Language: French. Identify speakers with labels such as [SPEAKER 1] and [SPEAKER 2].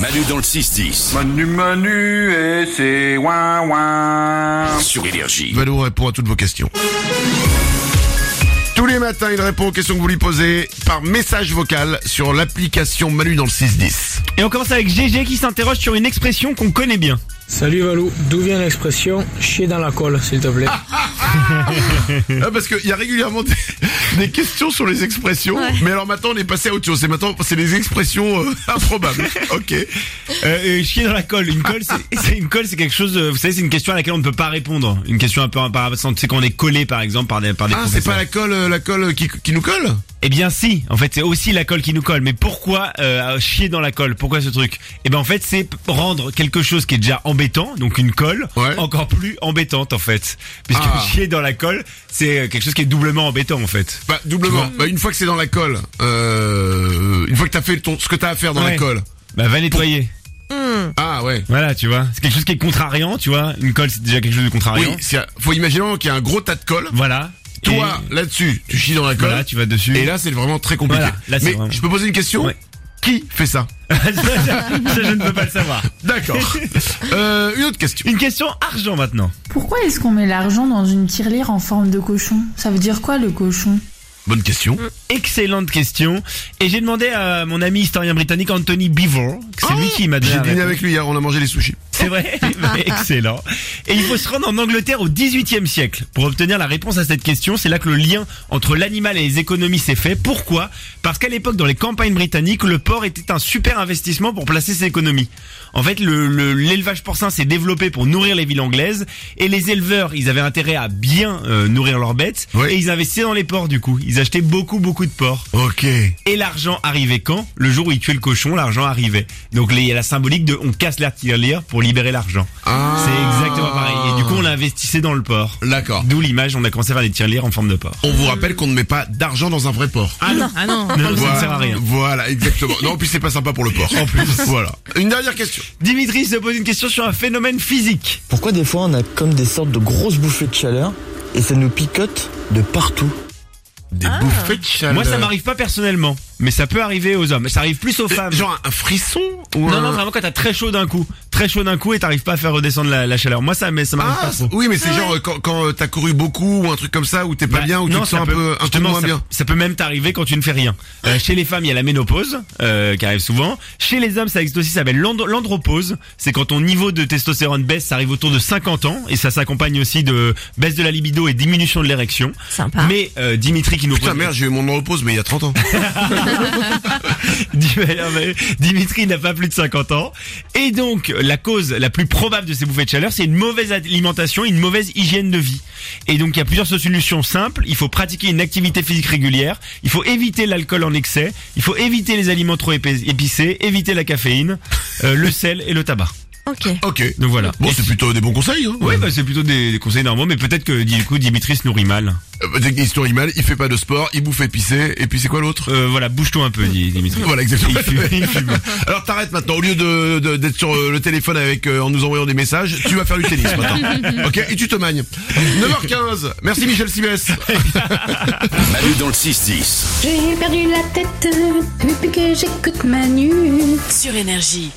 [SPEAKER 1] Manu dans le 6-10.
[SPEAKER 2] Manu Manu et c'est ouin ouin.
[SPEAKER 1] Sur Énergie.
[SPEAKER 3] Valou répond à toutes vos questions. Tous les matins, il répond aux questions que vous lui posez par message vocal sur l'application Manu dans le 610.
[SPEAKER 4] Et on commence avec GG qui s'interroge sur une expression qu'on connaît bien.
[SPEAKER 5] Salut Valou, d'où vient l'expression chier dans la colle, s'il te plaît
[SPEAKER 3] Ah, parce qu'il y a régulièrement des, des questions sur les expressions. Mais alors maintenant, on est passé à autre chose. C'est maintenant, c'est les expressions euh, improbables. ok.
[SPEAKER 4] Euh, euh, chier dans la colle. Une colle, c'est- c'est une colle, c'est quelque chose. euh, Vous savez, c'est une question à laquelle on ne peut pas répondre. Une question un peu embarrassante. C'est qu'on est collé, par exemple, par des par des
[SPEAKER 3] Ah, c'est
[SPEAKER 4] professeurs.
[SPEAKER 3] pas la colle, euh, la colle qui, qui nous colle
[SPEAKER 4] Eh bien, si. En fait, c'est aussi la colle qui nous colle. Mais pourquoi euh, chier dans la colle Pourquoi ce truc Eh ben, en fait, c'est p- rendre quelque chose qui est déjà embêtant, donc une colle,
[SPEAKER 3] Ouais.
[SPEAKER 4] encore plus embêtante, en fait. Puisque
[SPEAKER 3] Ah.
[SPEAKER 4] chier dans la colle, c'est euh, quelque chose qui est doublement embêtant, en fait.
[SPEAKER 3] Bah, doublement. Bah, une fois que c'est dans la colle, euh, une fois que t'as fait ton, ce que t'as à faire dans la
[SPEAKER 4] Ouais.
[SPEAKER 3] colle.
[SPEAKER 4] Bah, va nettoyer.
[SPEAKER 3] Ah ouais.
[SPEAKER 4] Voilà, tu vois. C'est quelque chose qui est contrariant, tu vois. Une colle, c'est déjà quelque chose de
[SPEAKER 3] Oui,
[SPEAKER 4] contrariant.
[SPEAKER 3] c'est- faut imaginer vraiment qu'il y a un gros tas de colle.
[SPEAKER 4] Voilà.
[SPEAKER 3] Toi, là-dessus, tu chies dans la
[SPEAKER 4] Et-
[SPEAKER 3] colle.
[SPEAKER 4] voilà, tu vas dessus.
[SPEAKER 3] Et là, c'est vraiment très compliqué.
[SPEAKER 4] Voilà, là, c'est
[SPEAKER 3] Mais
[SPEAKER 4] vraiment-
[SPEAKER 3] je peux poser une question
[SPEAKER 4] Ouais.
[SPEAKER 3] Qui fait ça
[SPEAKER 4] ça, ça, je ne peux pas le savoir.
[SPEAKER 3] D'accord. Euh, une autre question.
[SPEAKER 4] Une question argent maintenant.
[SPEAKER 6] Pourquoi est-ce qu'on met l'argent dans une tirelire en forme de cochon Ça veut dire quoi le cochon
[SPEAKER 3] Bonne question.
[SPEAKER 4] Excellente question. Et j'ai demandé à mon ami historien britannique Anthony Beevor. que C'est lui qui m'a donné.
[SPEAKER 3] Ah J'ai
[SPEAKER 4] la
[SPEAKER 3] dîné
[SPEAKER 4] réponse.
[SPEAKER 3] avec lui hier, on a mangé les sushis.
[SPEAKER 4] C'est vrai. Bah, Excellent. Et il faut se rendre en Angleterre au 18e siècle pour obtenir la réponse à cette question. C'est là que le lien entre l'animal et les économies s'est fait. Pourquoi Parce qu'à l'époque, dans les campagnes britanniques, le porc était un super investissement pour placer ses économies. En fait, le- le- l'élevage porcin s'est développé pour nourrir les villes anglaises et les éleveurs, ils avaient intérêt à bien euh, nourrir leurs bêtes
[SPEAKER 3] Oui.
[SPEAKER 4] et ils investissaient dans les porcs du coup. Ils achetaient beaucoup beaucoup de porcs.
[SPEAKER 3] Ok.
[SPEAKER 4] Et l'argent arrivait quand Le jour où ils tuaient le cochon, l'argent arrivait. Donc les- il y a la symbolique de on casse la tirelire pour libérer l'argent.
[SPEAKER 3] Ah.
[SPEAKER 4] C'est exactement pareil. Et du coup, on l'investissait dans le porc.
[SPEAKER 3] D'accord.
[SPEAKER 4] D'où l'image, on a commencé à faire des tirelires en forme de porc.
[SPEAKER 3] On vous rappelle qu'on ne met pas d'argent dans un vrai porc.
[SPEAKER 4] Ah non, ah non. ça ne sert à rien.
[SPEAKER 3] Voilà, exactement. Non, en plus c'est pas sympa pour le porc. En plus, voilà. Une dernière question.
[SPEAKER 4] Dimitri se pose une question sur un phénomène physique.
[SPEAKER 7] Pourquoi des fois on a comme des sortes de grosses bouffées de chaleur et ça nous picote de partout
[SPEAKER 3] Des bouffées de chaleur.
[SPEAKER 4] Moi, ça m'arrive pas personnellement, mais ça peut arriver aux hommes. Ça arrive plus aux femmes.
[SPEAKER 3] Genre un frisson ou
[SPEAKER 4] Non,
[SPEAKER 3] un-
[SPEAKER 4] non, vraiment quand t'as très chaud d'un coup, très chaud d'un coup et t'arrives pas à faire redescendre la, la chaleur. Moi, ça, mais ça m'arrive
[SPEAKER 3] Ah,
[SPEAKER 4] pas trop.
[SPEAKER 3] oui, mais c'est genre euh, quand, quand euh, t'as couru beaucoup ou un truc comme ça, où t'es pas
[SPEAKER 4] Bah,
[SPEAKER 3] bien, ou tu
[SPEAKER 4] non,
[SPEAKER 3] te
[SPEAKER 4] ça
[SPEAKER 3] sens un
[SPEAKER 4] peut-
[SPEAKER 3] peu, un peu
[SPEAKER 4] justement,
[SPEAKER 3] moins
[SPEAKER 4] ça,
[SPEAKER 3] bien.
[SPEAKER 4] Ça peut même t'arriver quand tu ne fais rien. Euh, chez les femmes, il y a la ménopause euh, qui arrive souvent. Chez les hommes, ça existe aussi, ça s'appelle l'andro- l'andropause. C'est quand ton niveau de testostérone baisse, ça arrive autour de 50 ans et ça s'accompagne aussi de baisse de la libido et diminution de l'érection.
[SPEAKER 8] Sympa.
[SPEAKER 4] Mais euh, Dimitri qui nous
[SPEAKER 3] Putain,
[SPEAKER 4] pose-
[SPEAKER 3] merde, j'ai eu mon repose, mais il y a 30 ans.
[SPEAKER 4] Dimitri n'a pas plus de 50 ans. Et donc, la cause la plus probable de ces bouffées de chaleur, c'est une mauvaise alimentation, et une mauvaise hygiène de vie. Et donc, il y a plusieurs solutions simples. Il faut pratiquer une activité physique régulière. Il faut éviter l'alcool en excès. Il faut éviter les aliments trop épais- épicés. Éviter la caféine, euh, le sel et le tabac.
[SPEAKER 8] Ok.
[SPEAKER 3] ok.
[SPEAKER 4] Donc voilà.
[SPEAKER 3] Bon,
[SPEAKER 4] Et-
[SPEAKER 3] c'est plutôt des bons conseils. Hein.
[SPEAKER 4] oui, bah, c'est plutôt des, des conseils normaux, mais peut-être que du coup, Dimitri se nourrit mal.
[SPEAKER 3] Euh, bah, histoire mal, il fait pas de sport, il bouffe épicé, et puis c'est quoi l'autre
[SPEAKER 4] Euh, voilà, bouge-toi un peu, dit Dimitri.
[SPEAKER 3] Voilà, exactement.
[SPEAKER 4] Il fume, il fume.
[SPEAKER 3] Alors t'arrêtes maintenant, au lieu de de- d'être sur euh, le téléphone avec euh, en nous envoyant des messages, tu vas faire du tennis maintenant. ok Et tu te magnes. 9h15, merci Michel Simès.
[SPEAKER 1] Manu dans le 6-10.
[SPEAKER 9] J'ai perdu la tête depuis que j'écoute Manu.
[SPEAKER 8] Sur Énergie.